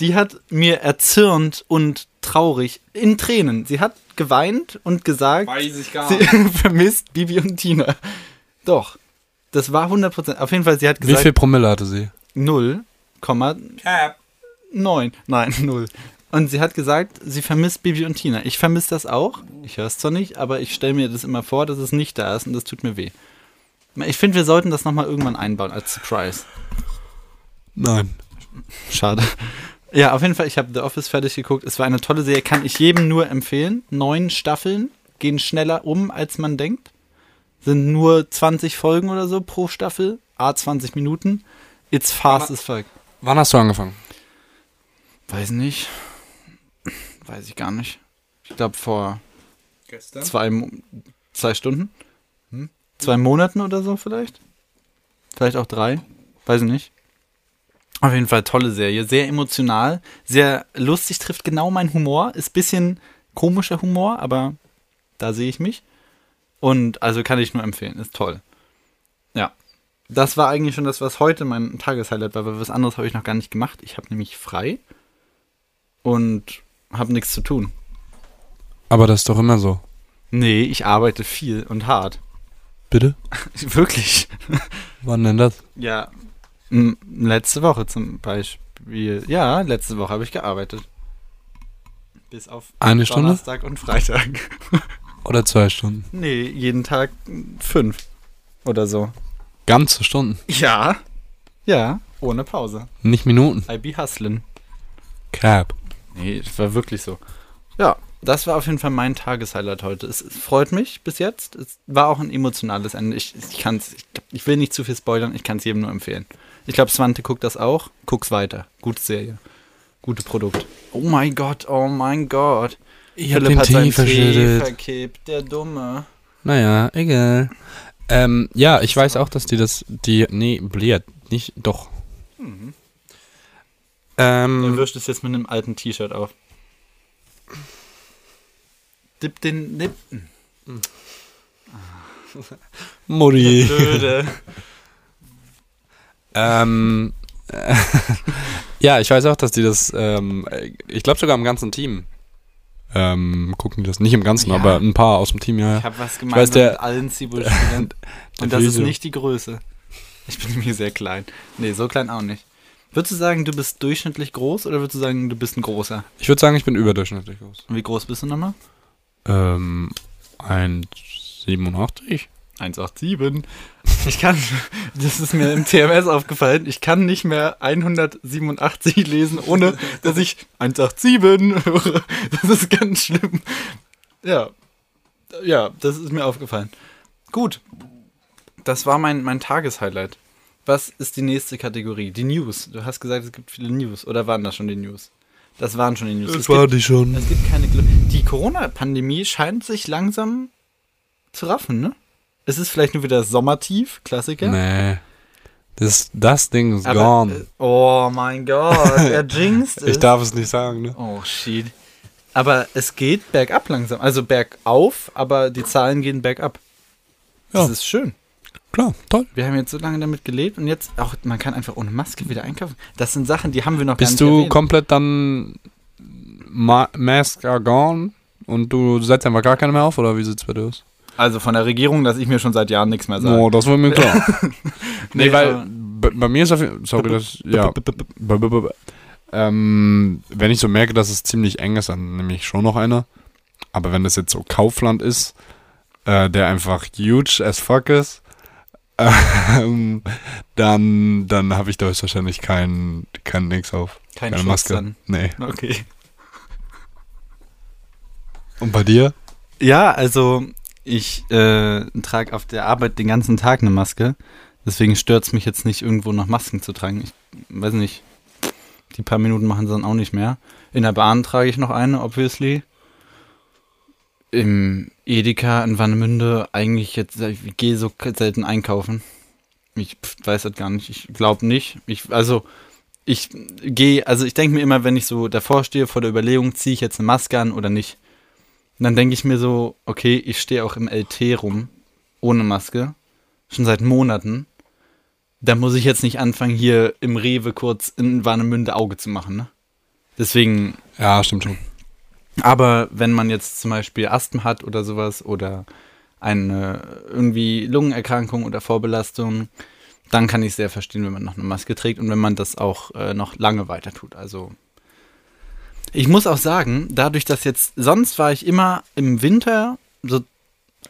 die hat mir erzürnt und traurig in Tränen. Sie hat geweint und gesagt, ich gar sie *laughs* vermisst Bibi und Tina. Doch. Das war 100%. Auf jeden Fall, sie hat Wie viel gesagt Promille hatte sie? 0,9. Nein, null. Und sie hat gesagt, sie vermisst Bibi und Tina. Ich vermisse das auch. Ich höre es zwar nicht, aber ich stelle mir das immer vor, dass es nicht da ist und das tut mir weh. Ich finde, wir sollten das nochmal irgendwann einbauen als Surprise. Nein. Schade. Ja, auf jeden Fall, ich habe The Office fertig geguckt. Es war eine tolle Serie, kann ich jedem nur empfehlen. Neun Staffeln gehen schneller um, als man denkt. Sind nur 20 Folgen oder so pro Staffel, a 20 Minuten. It's fast Aber- as fuck. Wann hast du angefangen? Weiß nicht. Weiß ich gar nicht. Ich glaube vor Gestern. zwei, Mo- zwei Stunden. Hm? Zwei Monaten oder so vielleicht. Vielleicht auch drei. Weiß ich nicht. Auf jeden Fall tolle Serie. Sehr emotional. Sehr lustig, trifft genau meinen Humor. Ist bisschen komischer Humor, aber da sehe ich mich. Und also kann ich nur empfehlen. Ist toll. Ja. Das war eigentlich schon das, was heute mein Tageshighlight war, weil was anderes habe ich noch gar nicht gemacht. Ich habe nämlich frei und habe nichts zu tun. Aber das ist doch immer so. Nee, ich arbeite viel und hart. Bitte? *laughs* Wirklich? Wann denn das? Ja. M, Letzte Woche zum Beispiel. Ja, letzte Woche habe ich gearbeitet. Bis auf Eine Stunde Donnerstag und Freitag. *laughs* oder zwei Stunden? Nee, jeden Tag fünf. Oder so. Ganze Stunden, Ja. Ja, ohne Pause. nicht Minuten. I be hustling. Cap. Nee, es war wirklich so. Ja, das war auf jeden Fall mein Tageshighlight heute. Es, es freut mich bis jetzt. Es war auch ein emotionales Ende. Ich, ich kann's, ich, glaub, ich will nicht zu viel spoilern, ich kann es jedem nur empfehlen. Ich glaube, Swante guckt das auch. Guck's weiter. Gute Serie. Gute Produkt. Oh mein Gott, oh mein Gott. Ich hab den Tee verschüttet. verkippt, der Dumme. Naja, egal. Ähm, ja, ich weiß auch, dass die das, die, nee, bliert, nicht, doch. Mhm. Er Ähm, wischt es jetzt mit einem alten T-Shirt auf. Dip *laughs* den Lippen. Mutti. *laughs* Blöde. Ähm, äh, *laughs* ja, ich weiß auch, dass die das, ähm, äh, ich glaube sogar im ganzen Team, ähm, gucken die das. Nicht im ganzen, Ja. aber ein paar aus dem Team, ja. Ich habe was weiß, gemeinsam der- mit *laughs* allen Zibul-Spielern. Und das ist Physio. nicht die Größe. Ich bin mir sehr klein. Nee, so klein auch nicht. Würdest du sagen, du bist durchschnittlich groß oder würdest du sagen, du bist ein großer? Ich würde sagen, ich bin überdurchschnittlich groß. Und wie groß bist du nochmal? Ähm, 1,87? 187. Ich kann, das ist mir im TMS aufgefallen, ich kann nicht mehr 187 lesen, ohne dass ich 187 höre. Das ist ganz schlimm. Ja, ja, das ist mir aufgefallen. Gut, das war mein, mein Tageshighlight. Was ist die nächste Kategorie? Die News. Du hast gesagt, es gibt viele News. Oder waren das schon die News? Das waren schon die News. Es gibt- die schon. es gibt keine Gl Die Corona-Pandemie scheint sich langsam zu raffen, ne? Es ist vielleicht nur wieder Sommertief, Klassiker. Nee. Das, das Ding ist aber, gone. äh, oh mein *laughs* Gott, er jinxt es. ich darf es nicht sagen, ne? oh shit. Aber es geht bergab langsam. Also bergauf, aber die Zahlen gehen bergab. Ja. Das ist schön. Klar, toll. Wir haben jetzt so lange damit gelebt und jetzt auch, man kann einfach ohne Maske wieder einkaufen. Das sind Sachen, die haben wir noch Bist gar du nicht erwähnt. komplett dann Ma Mask are gone und du setzt einfach gar keine mehr auf oder wie sieht's bei dir aus? Also von der Regierung lasse ich mir schon seit Jahren nichts mehr sagen. Oh, das war mir klar. nee, Also, Nee, weil aber- b- bei mir ist auf jeden sorry, das ja. B- b- b- Ähm, wenn ich so merke, dass es ziemlich eng ist, dann nehme ich schon noch eine. Aber wenn das jetzt so Kaufland ist, äh, der einfach huge as fuck ist, *laughs* ähm, dann, dann habe ich da höchstwahrscheinlich keinen kein Nix auf. Kein keine Schutz Maske. dann. Nee. Okay. Und bei dir? Ja, also ich äh, trage auf der Arbeit den ganzen Tag eine Maske. Deswegen stört's mich jetzt nicht, irgendwo noch Masken zu tragen. Ich weiß nicht, die paar Minuten machen sie dann auch nicht mehr. In der Bahn trage ich noch eine, obviously. Im Edeka in Warnemünde eigentlich jetzt, ich gehe so selten einkaufen. Ich pf, weiß das gar nicht. Ich glaube nicht. Ich, also ich gehe, also ich denke mir immer, wenn ich so davor stehe, vor der Überlegung, ziehe ich jetzt eine Maske an oder nicht. Und dann denke ich mir so, okay, ich stehe auch im LT rum, ohne Maske, schon seit Monaten. Da muss ich jetzt nicht anfangen, hier im Rewe kurz in Warnemünde Auge zu machen, ne? Deswegen, Ja, stimmt schon. aber wenn man jetzt zum Beispiel Asthma hat oder sowas oder eine irgendwie Lungenerkrankung oder Vorbelastung, dann kann ich sehr verstehen, wenn man noch eine Maske trägt und wenn man das auch äh, noch lange weiter tut. Also ich muss auch sagen, dadurch, dass jetzt sonst war ich immer im Winter so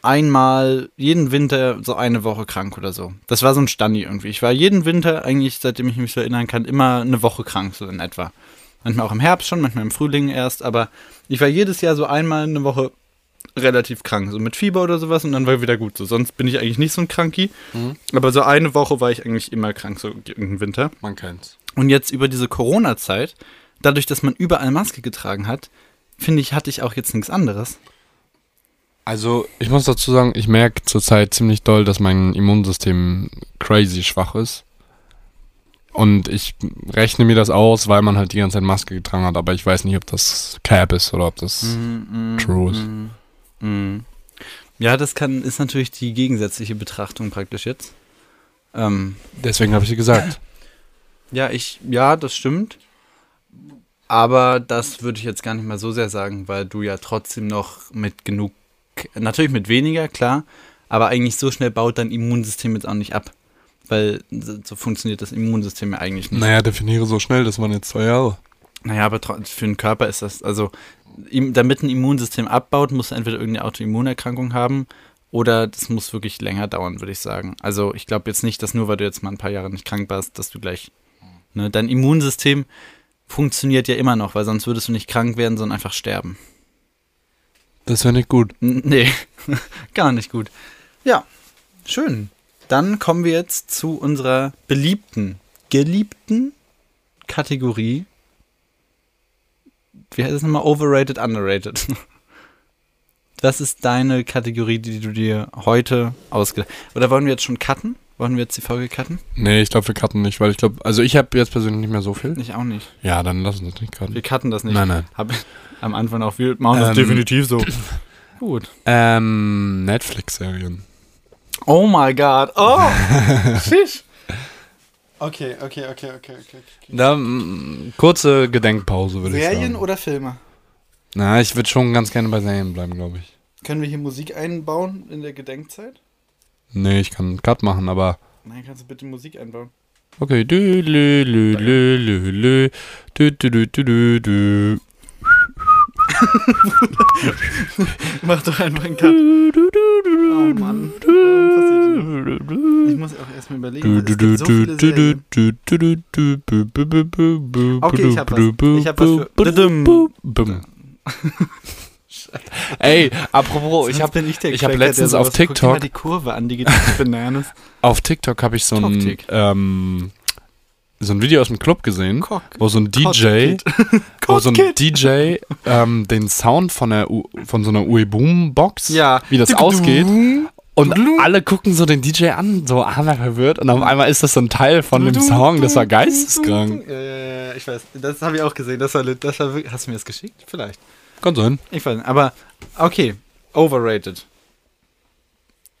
einmal jeden Winter so eine Woche krank oder so. Das war so ein Standi irgendwie. Ich war jeden Winter eigentlich, seitdem ich mich so erinnern kann, immer eine Woche krank, so in etwa. Manchmal auch im Herbst schon, manchmal im Frühling erst, aber ich war jedes Jahr so einmal eine Woche relativ krank, so mit Fieber oder sowas und dann war wieder gut. So, sonst bin ich eigentlich nicht so ein Kranki, Mhm. aber so eine Woche war ich eigentlich immer krank, so im Winter. Man kennt's. Und jetzt über diese Corona-Zeit, dadurch, dass man überall Maske getragen hat, finde ich, hatte ich auch jetzt nichts anderes. Also, ich muss dazu sagen, ich merke zurzeit ziemlich doll, dass mein Immunsystem crazy schwach ist. Und ich rechne mir das aus, weil man halt die ganze Zeit Maske getragen hat, aber ich weiß nicht, ob das Cap ist oder ob das. True. Mm. Ja, das kann, ist natürlich die gegensätzliche Betrachtung praktisch jetzt. Ähm, Deswegen habe ich dir *laughs* gesagt. ja, ich, ja, das stimmt. Aber das würde ich jetzt gar nicht mal so sehr sagen, weil du ja trotzdem noch mit genug, natürlich mit weniger, klar, aber eigentlich so schnell baut dein Immunsystem jetzt auch nicht ab. Weil so so funktioniert das Immunsystem ja eigentlich nicht. Naja, definiere so schnell, das waren jetzt zwei Jahre. Naja, aber tro- für den Körper ist das, also im, damit ein Immunsystem abbaut, muss er entweder irgendeine Autoimmunerkrankung haben oder das muss wirklich länger dauern, würde ich sagen. Also ich glaube jetzt nicht, dass nur weil du jetzt mal ein paar Jahre nicht krank warst, dass du gleich, ne, dein Immunsystem funktioniert ja immer noch, weil sonst würdest du nicht krank werden, sondern einfach sterben. Das wäre nicht gut. N nee, *laughs* gar nicht gut. Ja, schön. Dann kommen wir jetzt zu unserer beliebten, geliebten Kategorie. Wie heißt es nochmal? Overrated, underrated. *laughs* Das ist deine Kategorie, die du dir heute ausgedacht hast. Oder wollen wir jetzt schon cutten? Wollen wir jetzt die Folge cutten? Nee, ich glaube, wir cutten nicht, weil ich glaube, also ich habe jetzt persönlich nicht mehr so viel. Ich auch nicht. Ja, dann lass uns das nicht cutten. Wir cutten das nicht. Nein, nein. Hab *laughs* am Anfang auch wir machen das Ähm. *clears throat* definitiv so. Gut. Ähm, Netflix-Serien. Oh my god. *laughs* Oh! Fisch! Okay, okay, okay, okay, okay. okay. Da, mm, kurze Gedenkpause, würde ich sagen. Serien oder Filme? Na, ich würde schon ganz gerne bei Serien bleiben, glaube ich. Können wir hier Musik einbauen in der Gedenkzeit? Nee, ich kann einen Cut machen, aber. Nein, kannst du bitte Musik einbauen. Okay. Dü, lü, lü, lü, lü, lü. Dü, dü, dü, dü, dü, dü. Mach doch einfach einen Cut. Oh Mann. Ich muss auch erstmal überlegen. Dü, weil dü, Es dü, gibt so dü, dü, viele dü, Serien. dü, dü, dü, dü, bu, bu, bu, bu, bu, Okay, ich hab bu, was. bu, Ich hab was bu, für- bu, Dadum. bu, *laughs* bum. Ey, apropos, Oh, ich Sonst habe bin ich der ich hab Cracker, der letztens sowas- auf Guck dir mal TikTok- die Kurve an, die geht auf Bananas. auf TikTok habe ich so ein Taktik. ähm, so ein Video aus dem Club gesehen, Cock. wo so ein DJ Cock *laughs* wo so ein Cock-Kid. DJ ähm, den Sound von, der U von so einer Uebum-Box, Ja. wie das Dicke ausgeht. Und alle gucken so den DJ an, so hammer verwirrt. Und auf einmal ist das so ein Teil von dem Song, das war geisteskrank. Ja, ja, ja, ich weiß. Das habe ich auch gesehen. Das war, lit- das war wirklich, hast du mir das geschickt? Vielleicht. Kann sein. Ich weiß nicht. Aber okay. Overrated.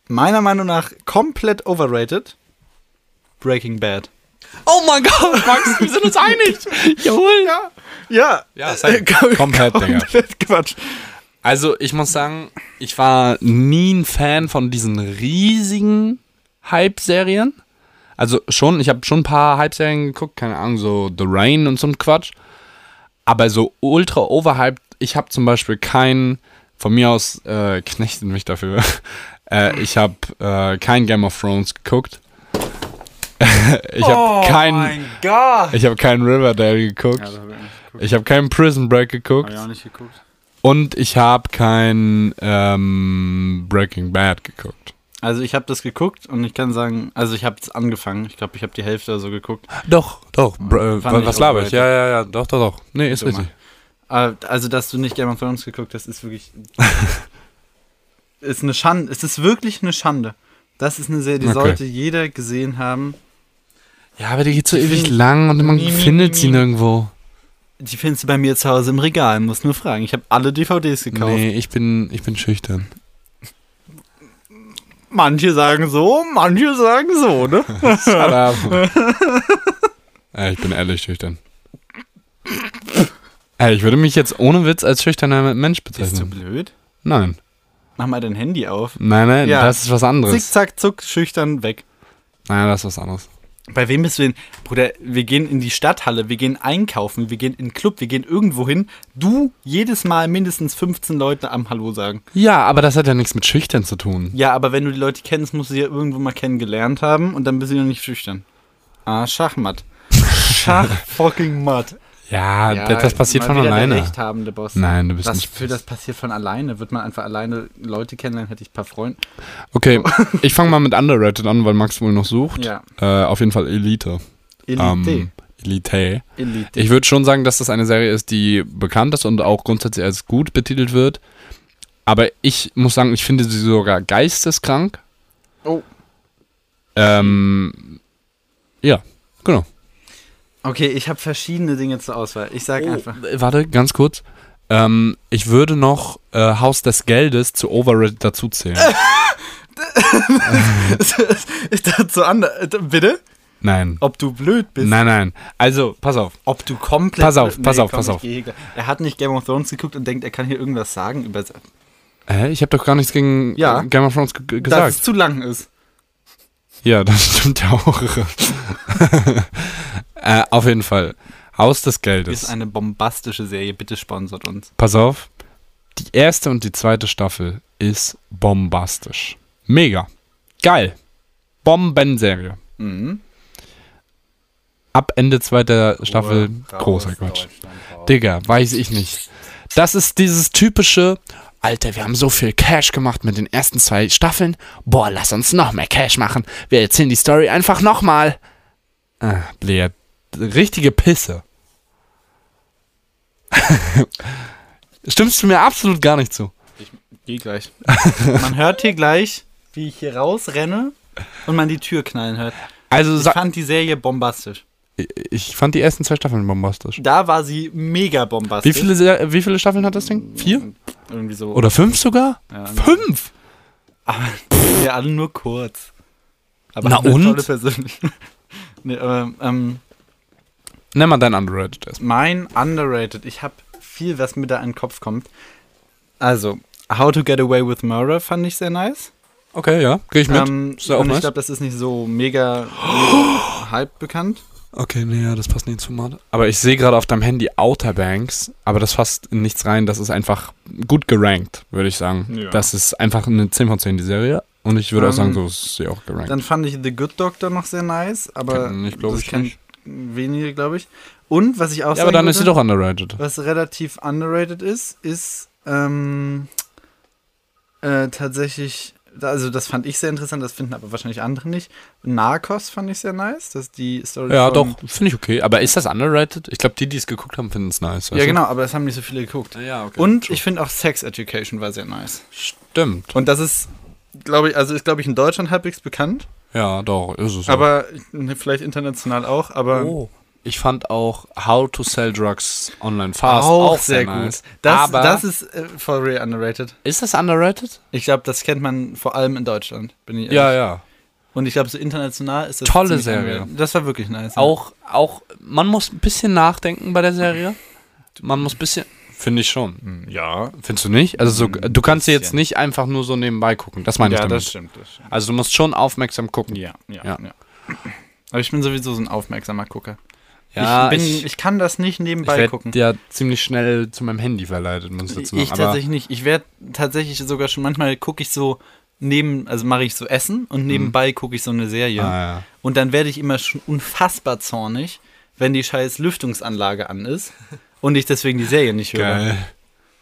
Meiner Meinung nach komplett overrated. Breaking Bad. Oh mein Gott, Max, wir sind uns einig. *laughs* Jawohl. Ja, Ja. ja *laughs* safe. komplett, Digga. Komplett Quatsch. Also ich muss sagen, ich war nie ein Fan von diesen riesigen Hype-Serien. Also schon, ich habe schon ein paar Hype-Serien geguckt, keine Ahnung, so The Rain und so ein Quatsch. Aber so ultra overhyped, ich habe zum Beispiel keinen, von mir aus äh, knechten mich dafür, *laughs* äh, ich habe äh, kein Game of Thrones geguckt. *laughs* ich habe keinen Oh Gott. ich hab kein Riverdale geguckt. ich habe keinen Prison Break geguckt. nicht geguckt. Und ich habe kein ähm, Breaking Bad geguckt. Also ich habe das geguckt und ich kann sagen, also ich habe es angefangen. Ich glaube, ich habe die Hälfte oder so geguckt. Doch, doch. Fand ich äh, was laber ich? overrated. Ja, ja, ja. Doch, doch, doch. Nee, ist Dummer. richtig. Äh, Also, dass du nicht Game of Thrones geguckt hast, *laughs* ist wirklich... ist eine Schande. Es ist wirklich eine Schande. Das ist eine Serie, die Okay. sollte jeder gesehen haben. Ja, aber die geht so Die ewig finden- lang und man Mi, mi, findet mi, sie mi. nirgendwo. Die findest du bei mir zu Hause im Regal, musst nur fragen. Ich habe alle DVDs gekauft. Nee, ich bin, ich bin schüchtern. Manche sagen so, manche sagen *laughs* so, ne? *laughs* Shut up. ja, ich bin ehrlich schüchtern. Ey, ich würde mich jetzt ohne Witz als schüchterner Mensch Ist zu bezeichnen. blöd. Nein. Mach mal dein Handy auf. Nein, nein, Ja. das ist was anderes. Zick, zack, zuck, schüchtern, weg. Nein, das ist was anderes. Bei wem bist du denn? Bruder, wir gehen in die Stadthalle, wir gehen einkaufen, wir gehen in den Club, wir gehen irgendwo hin. Du jedes Mal mindestens 15 Leute am Hallo sagen. Ja, aber das hat ja nichts mit Schüchtern zu tun. Ja, aber wenn du die Leute kennst, musst du sie ja irgendwo mal kennengelernt haben und dann bist du noch nicht schüchtern. *laughs* Ah, Schachmatt. Schach fucking matt. Ja, Ja, das, das passiert mal von wieder der alleine. rechthabende Boss. Nein, du bist das, nicht- Für das passiert von alleine. Wird man einfach alleine Leute kennenlernen, hätte ich ein paar Freunde. Okay, *laughs* ich fange mal mit Underrated an, weil Max wohl noch sucht. Oh. Ja. Äh, auf jeden Fall Elite. Elite. Ähm, Elite. Elite. Ich würde schon sagen, dass das eine Serie ist, die bekannt ist und auch grundsätzlich als gut betitelt wird. Aber ich muss sagen, ich finde sie sogar geisteskrank. Oh. Ähm, ja, genau. okay, ich habe verschiedene Dinge zur Auswahl. Ich sag einfach. *laughs* äh, Warte, ganz kurz. Ähm, ich würde noch äh, Haus des Geldes zu Overrated dazuzählen. Äh. ich dachte so anders. äh, Bitte? nein. Ob du blöd bist? Nein, nein. Also, pass auf. Ob du komplett. Pass auf, pass auf, pass ich auf. gehe hier gleich- Er hat nicht Game of Thrones geguckt und denkt, er kann hier irgendwas sagen über Hä? ich habe doch gar nichts gegen Ja. äh, Game of Thrones ge- ge- dass es gesagt. zu lang ist. Ja, *laughs* das stimmt ja auch. äh, auf jeden Fall. Haus des Das ist Geldes. eine bombastische Serie. Bitte sponsert uns. Pass auf. Die erste und die zweite Staffel ist bombastisch. Mega. Geil. Bombenserie. Mhm. Ab Ende zweiter Staffel großer Quatsch. Digga, weiß ich nicht. Das ist dieses typische, Alter, wir haben so viel Cash gemacht mit den ersten zwei Staffeln. Boah, lass uns noch mehr Cash machen. Wir erzählen die Story einfach nochmal. Ah, Blair. Richtige Pisse. *laughs* Stimmst du mir absolut gar nicht zu. Geh gleich. man hört hier gleich, wie ich hier rausrenne und man die Tür knallen hört. Also, Ich sa- fand die Serie bombastisch. ich fand die ersten zwei Staffeln bombastisch. Da war sie mega bombastisch. Wie viele, Se- wie viele Staffeln hat das Ding? Vier? Irgendwie so. Oder fünf sogar? Ja, Fünf? Ja, alle nur kurz. Aber Na hat eine und? Tolle Persönlichkeit. *laughs* nee, aber, ähm, Nenn mal dein Underrated erstmal. mein underrated, ich habe viel, was mir da in den Kopf kommt. Also, How to Get Away with Murder fand ich sehr nice. Okay, ja, gehe ich mit. Ähm, Ist ja auch und ich nice. glaube, das ist nicht so *gasps* mega, mega hype bekannt. Okay, nee, ja, das passt nicht zu Mord. Aber ich sehe gerade auf deinem Handy Outer Banks, aber das fasst in nichts rein. Das ist einfach gut gerankt, würde ich sagen. Ja. Das ist einfach eine 10 von 10, die Serie. Und ich würde auch Ähm, sagen, so ist sie auch gerankt. Dann fand ich The Good Doctor noch sehr nice, aber Kennen nicht, glaub das ich kennen nicht. wenige, glaube ich. Und was ich auch ja, aber sagen dann ist würde- sie doch underrated. Was relativ underrated ist, ist ähm, äh, tatsächlich, da- also das fand ich sehr interessant, das finden aber wahrscheinlich andere nicht. Narcos fand ich sehr nice, dass die Story. Ja, von- doch, finde ich okay. Aber ist das underrated? Ich glaube, die, die es geguckt haben, finden es nice. weißt Ja, du? Ah, genau, aber das haben nicht so viele geguckt. Ja, okay. Und True. ich finde auch Sex Education war sehr nice. Stimmt. Und das ist, glaube ich, also ist, glaube ich, in Deutschland halbwegs bekannt, Ja, doch, ist es. auch. aber ähm, ne, vielleicht international auch, aber. Oh. Ich fand auch How to Sell Drugs Online Fast Auch, sehr gut. nice. Das, aber das ist äh, for real underrated. ist das underrated? Ich glaube, das kennt man vor allem in Deutschland. Bin ich ehrlich. Ja, ja. Und ich glaube, so international ist das. Tolle ziemlich Serie. angenehm. Das war wirklich nice. ja. Auch, auch, man muss ein bisschen nachdenken bei der Serie. Man muss ein bisschen. Finde ich schon. Ja. Findest du nicht? Also, so, du kannst sie jetzt Hm. bisschen. nicht einfach nur so nebenbei gucken. Das meine ich Ja, damit. das stimmt, das stimmt. also, du musst schon aufmerksam gucken. Ja, ja, Ja. ja. Aber ich bin sowieso so ein aufmerksamer Gucker. Ja, ich, bin, ich, ich, ich, kann das nicht nebenbei werd gucken. ja ziemlich schnell zu meinem Handy verleitet, muss ich Ich dazu sagen. Aber tatsächlich nicht. Ich werde tatsächlich sogar schon manchmal gucke ich so neben, also mache ich so Essen und nebenbei gucke ich so eine Serie. Mhm. Ah, ja. Und dann werde ich immer schon unfassbar zornig, wenn die scheiß Lüftungsanlage an ist und ich deswegen die Serie nicht höre. geil.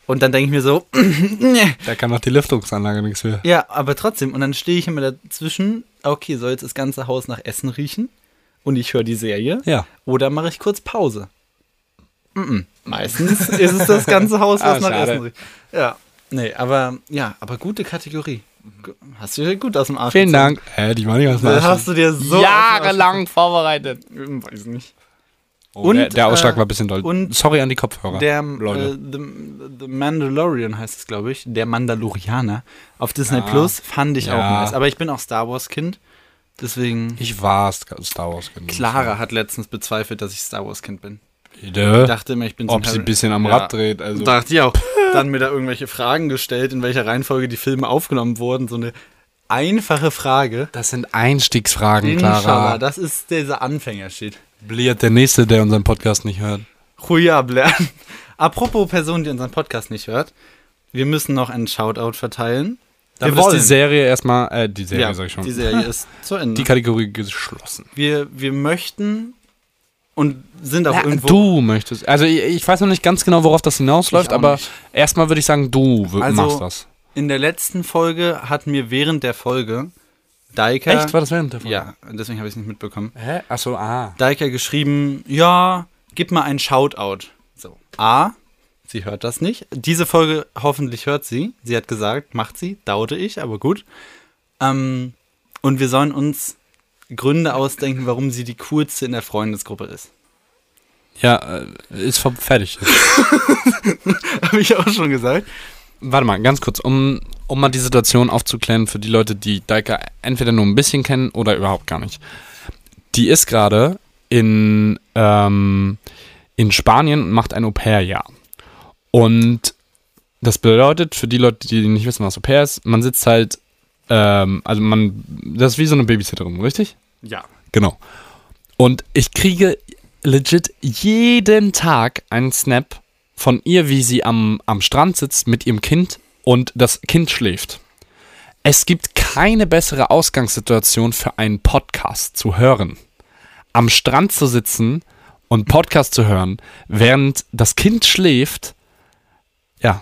Und dann denke ich mir so, *clears throat* nee. Da kann auch die Lüftungsanlage nichts für. Ja, aber trotzdem. Und dann stehe ich immer dazwischen. Okay, soll jetzt das ganze Haus nach Essen riechen? Und ich höre die Serie? Ja. Oder mache ich kurz Pause? Mm-mm. Meistens ist es das ganze Haus, *laughs* was Ah, nach schade. Essen riecht. Ja. Nee, aber ja, aber gute Kategorie. Gu- Hast du dir gut aus dem Arsch Vielen gezogen. Dank. Äh, die waren nicht Da hast du dir so. vorbereitet. aus dem Arsch- Hm, Weiß nicht. Oh, der, Und, der Ausschlag äh, war ein bisschen doll. und Sorry an die Kopfhörer. Der Leute. äh, the, the Mandalorian heißt es, glaube ich. Der Mandalorianer auf Disney Ja. Plus fand ich Ah. Ja. auch nice. Aber ich bin auch Star Wars Kind. Deswegen. ich war Star Wars. genug. Clara hat letztens bezweifelt, dass ich Star Wars Kind bin. Bitte. Ich dachte immer, ich bin so ob sie ein bisschen am Ja. Rad dreht. Also. *laughs* Dachte ich auch. Dann mir da irgendwelche Fragen gestellt, in welcher Reihenfolge die Filme aufgenommen wurden. So eine einfache Frage. Das sind Einstiegsfragen, Inshallah, Clara. das ist dieser Anfängershit. Bliert der Nächste, der unseren Podcast nicht hört. Huyab lernen. *laughs* Apropos Personen, die unseren Podcast nicht hört. Wir müssen noch einen Shoutout verteilen. Damit wir ist die Serie erstmal, äh, die Serie ja, sag ich schon, Die Serie ist zu Ende. die Kategorie geschlossen. wir, wir möchten und sind auch Ja, irgendwo. du möchtest, also ich, ich weiß noch nicht ganz genau, worauf das hinausläuft, Ich auch aber nicht. erstmal würde ich sagen, du w- Also, machst das. In der letzten Folge hat mir während der Folge Daika. Echt, war das während der Folge? Ja, deswegen habe ich es nicht mitbekommen. Hä? Achso, ah. Daika geschrieben, ja, gib mal einen Shoutout. So. A, sie hört das nicht. Diese Folge hoffentlich hört sie. Sie hat gesagt, macht sie, daute ich, aber gut. Ähm, und wir sollen uns Gründe ausdenken, warum sie die coolste in der *laughs* Freundesgruppe ist. Ja, äh, ist ver- *laughs* fertig. Habe ich auch schon gesagt. Warte mal, ganz kurz, um, um mal die Situation aufzuklären für die Leute, die Daika entweder nur ein bisschen kennen oder überhaupt gar nicht. Die ist gerade in, ähm, in Spanien und macht ein Au-pair-Jahr. Und das bedeutet, für die Leute, die nicht wissen, was Au-pair ist, man sitzt halt, ähm, also man, das ist wie so eine Babysitterin, richtig? Ja. Genau. Und ich kriege legit jeden Tag einen Snap von ihr, wie sie am, am Strand sitzt mit ihrem Kind und das Kind schläft. Es gibt keine bessere Ausgangssituation für einen Podcast zu hören. Am Strand zu sitzen und Podcast zu hören, während das Kind schläft, ja.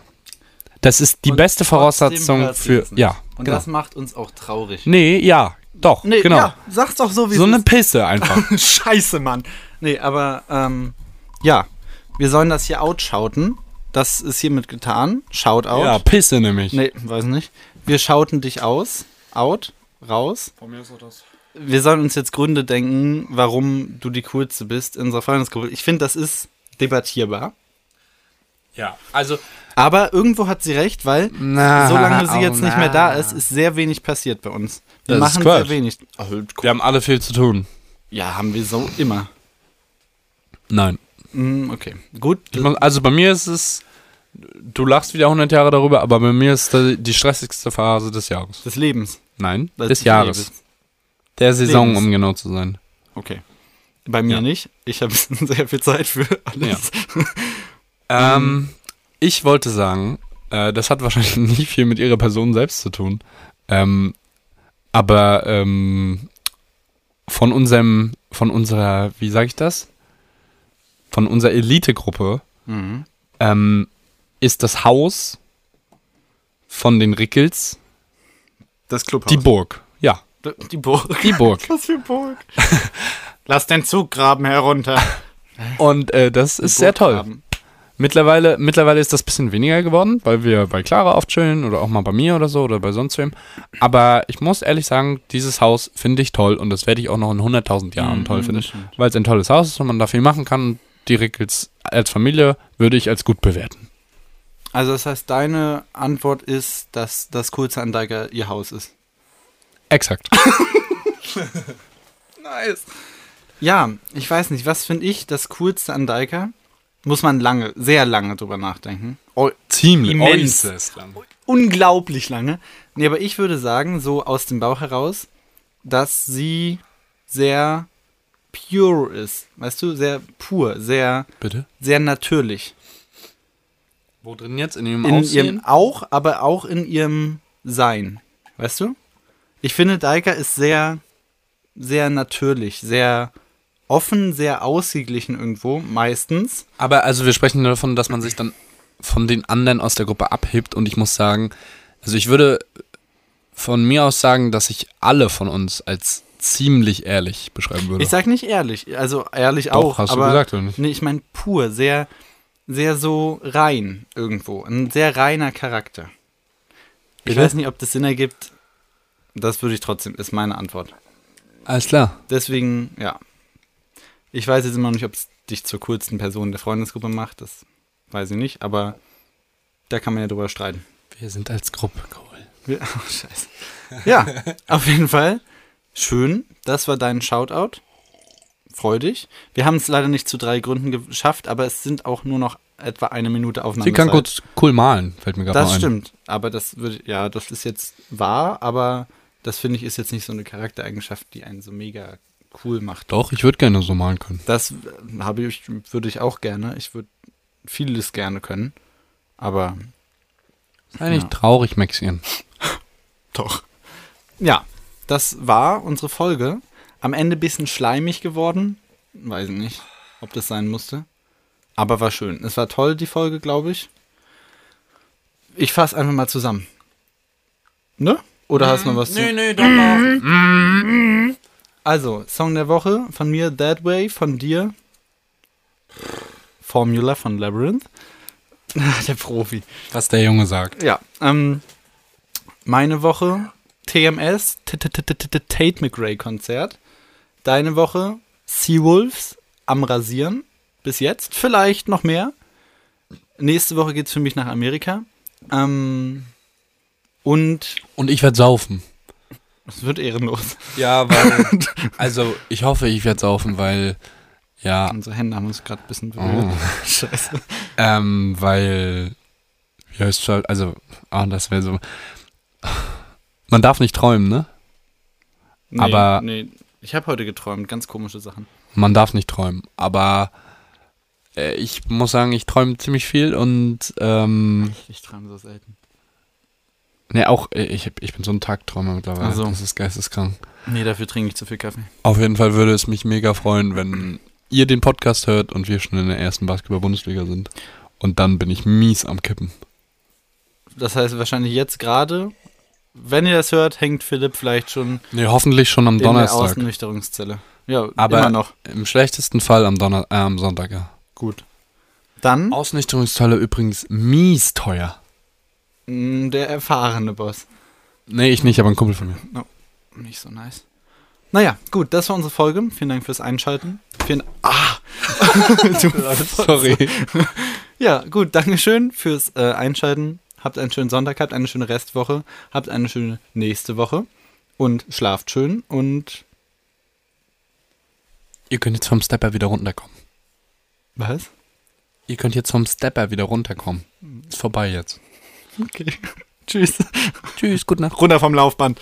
Das ist die Und beste trotzdem Voraussetzung hört sie für. das nicht. Ja. Und Genau. das macht uns auch traurig. Nee, ja. Doch, genau. sag's doch wie so eine Pisse einfach. *laughs* Scheiße, Mann. Nee, aber ähm, ja, wir sollen das hier outschauten. Das ist hiermit getan. Shoutout. Ja, Pisse nämlich. Nee, weiß nicht. Wir schauten dich aus. Out. Raus. Von mir ist auch das. Wir sollen uns jetzt Gründe denken, warum du die coolste bist in unserer Freundesgruppe. Ich finde, das ist debattierbar. Ja, also. Aber irgendwo hat sie recht, weil Na, solange sie jetzt oh, nicht na. mehr da ist, ist sehr wenig passiert bei uns. Wir Das ist machen Quatsch. sehr wenig. Wir haben alle viel zu tun. Ja, haben wir so immer. Nein. Hm, okay, gut. Ich muss, also bei mir ist es. Du lachst wieder 100 Jahre darüber, aber bei mir ist da die stressigste Phase des Jahres. Des Lebens. Nein, Das des ist Jahres. Lebens. Der Saison, Lebens. um genau zu sein. Okay. Bei mir Ja. nicht. Ich habe *laughs* sehr viel Zeit für alles. Ähm, ich wollte sagen, äh, das hat wahrscheinlich *laughs* nicht viel mit ihrer Person selbst zu tun. Ähm, aber ähm, von unserem, von unserer, wie sage ich das? Von unserer Elitegruppe Mhm. ähm, ist das Haus von den Rickels Das Clubhaus. die Burg. Ja, Die, die Burg. die Burg. *laughs* Was *laughs* für Burg? Lass den Zuggraben herunter. Und äh, das *laughs* ist sehr toll. Mittlerweile, mittlerweile ist das ein bisschen weniger geworden, weil wir bei Clara oft chillen oder auch mal bei mir oder so oder bei sonst wem. Aber ich muss ehrlich sagen, dieses Haus finde ich toll und das werde ich auch noch in 100.000 Jahren toll das finden, stimmt. weil es ein tolles Haus ist und man da viel machen kann. Und die Rickels als Familie würde ich als gut bewerten. Also das heißt, deine Antwort ist, dass das kurze an Deiger ihr Haus ist. *laughs* Exakt. Nice. Ja, ich weiß nicht, was finde ich das Coolste an Deiker? Muss man lange, sehr lange drüber nachdenken. Oh, Ziemlich. Immens. äußerst lang. unglaublich lange. Nee, aber ich würde sagen, so aus dem Bauch heraus, dass sie sehr pure ist. Weißt du, sehr pur, sehr, Bitte? sehr natürlich. Wo drin jetzt? In ihrem In Aussehen? ihrem auch, aber auch in ihrem Sein. Weißt du? Ich finde, Daika ist sehr, sehr natürlich, sehr offen, sehr ausgeglichen irgendwo, meistens. Aber also wir sprechen davon, dass man sich dann von den anderen aus der Gruppe abhebt und ich muss sagen, also ich würde von mir aus sagen, dass ich alle von uns als ziemlich ehrlich beschreiben würde. Ich sag nicht ehrlich, also ehrlich Doch, auch. hast du aber gesagt, oder nicht? Nee, ich meine pur, sehr, sehr so rein irgendwo. Ein sehr reiner Charakter. Ich Bitte? weiß nicht, ob das Sinn ergibt. Das würde ich trotzdem, ist meine Antwort. Alles klar. Deswegen, ja. Ich weiß jetzt immer noch nicht, ob es dich zur coolsten Person der Freundesgruppe macht. Das weiß ich nicht, aber da kann man ja drüber streiten. Wir sind als Gruppe cool. Wir- *laughs* Oh, scheiße. Ja, auf jeden Fall. Schön. Das war dein Shoutout. Freu dich. Wir haben es leider nicht zu drei Gründen geschafft, aber es sind auch nur noch etwa eine Minute Aufnahme. Sie kann kurz cool malen, fällt mir gerade mal Das ein. stimmt. Aber das würde, ja, das ist jetzt wahr, aber das finde ich ist jetzt nicht so eine Charaktereigenschaft, die einen so mega cool macht. Doch, ich würde gerne so malen können. Das äh, habe ich, würde ich auch gerne. Ich würde vieles gerne können. Aber Ist eigentlich traurig, Maxien. Doch. Ja, das war unsere Folge. Am Ende bisschen schleimig geworden. Weiß nicht, ob das sein musste. Aber war schön. Es war toll, die Folge, glaube ich. Ich fasse einfach mal zusammen. Ne? Oder hast du noch was zu? nee, doch noch. Also, Song der Woche von mir That Way, von dir Formula von Labyrinth. *laughs* Der Profi. Was der Junge sagt. Ja, ähm, meine Woche TMS, T- T- T- T- T- Tate McRae Konzert. Deine Woche Seawolves am Rasieren. Bis jetzt. Vielleicht noch mehr. Nächste Woche geht's für mich nach Amerika. Ähm, und Und ich werde saufen. es wird ehrenlos. *laughs* Ja, weil. *laughs* also, ich hoffe, ich werde saufen, weil. Ja. Unsere Hände haben uns gerade ein bisschen berührt. Oh. Scheiße. Ähm, weil. Wie heißt es halt? Also, ah, das wäre so. Man darf nicht träumen, ne? Nee, Aber- Nee, ich habe heute geträumt. Ganz komische Sachen. Man darf nicht träumen, aber äh, ich muss sagen, ich träume ziemlich viel und ähm, Ich träume so selten. ne, auch äh, ich, hab- ich bin so ein Tagträumer mittlerweile. Ach so. Das ist geisteskrank. Nee, dafür trinke ich zu viel Kaffee. Auf jeden Fall würde es mich mega freuen, wenn ihr den Podcast hört und wir schon in der ersten Basketball-Bundesliga sind. Und dann bin ich mies am Kippen. Das heißt wahrscheinlich jetzt gerade, wenn ihr das hört, hängt Philipp vielleicht schon Ne, hoffentlich schon am in der Donnerstag. Außennüchterungszelle. Ja, Aber- immer noch. Im schlechtesten Fall am, Donner äh, am Sonntag, ja. Gut. Mhm. Dann Ausnüchterungsteile übrigens mies teuer. mh, mm, der erfahrene Boss. Nee, ich nicht, aber ein Kumpel von mir. Nicht so nice. Naja, gut, das war unsere Folge. Vielen Dank fürs Einschalten. Vielen ah! *laughs* Sorry. *laughs* Ja, gut, Dankeschön fürs äh, Einschalten. Habt einen schönen Sonntag, habt eine schöne Restwoche, habt eine schöne nächste Woche und schlaft schön und Ihr könnt jetzt vom Stepper wieder runterkommen. was? *laughs* Ihr könnt jetzt vom Stepper wieder runterkommen. Ist vorbei jetzt. Okay. Tschüss. Tschüss, gute Nacht. Runter vom Laufband.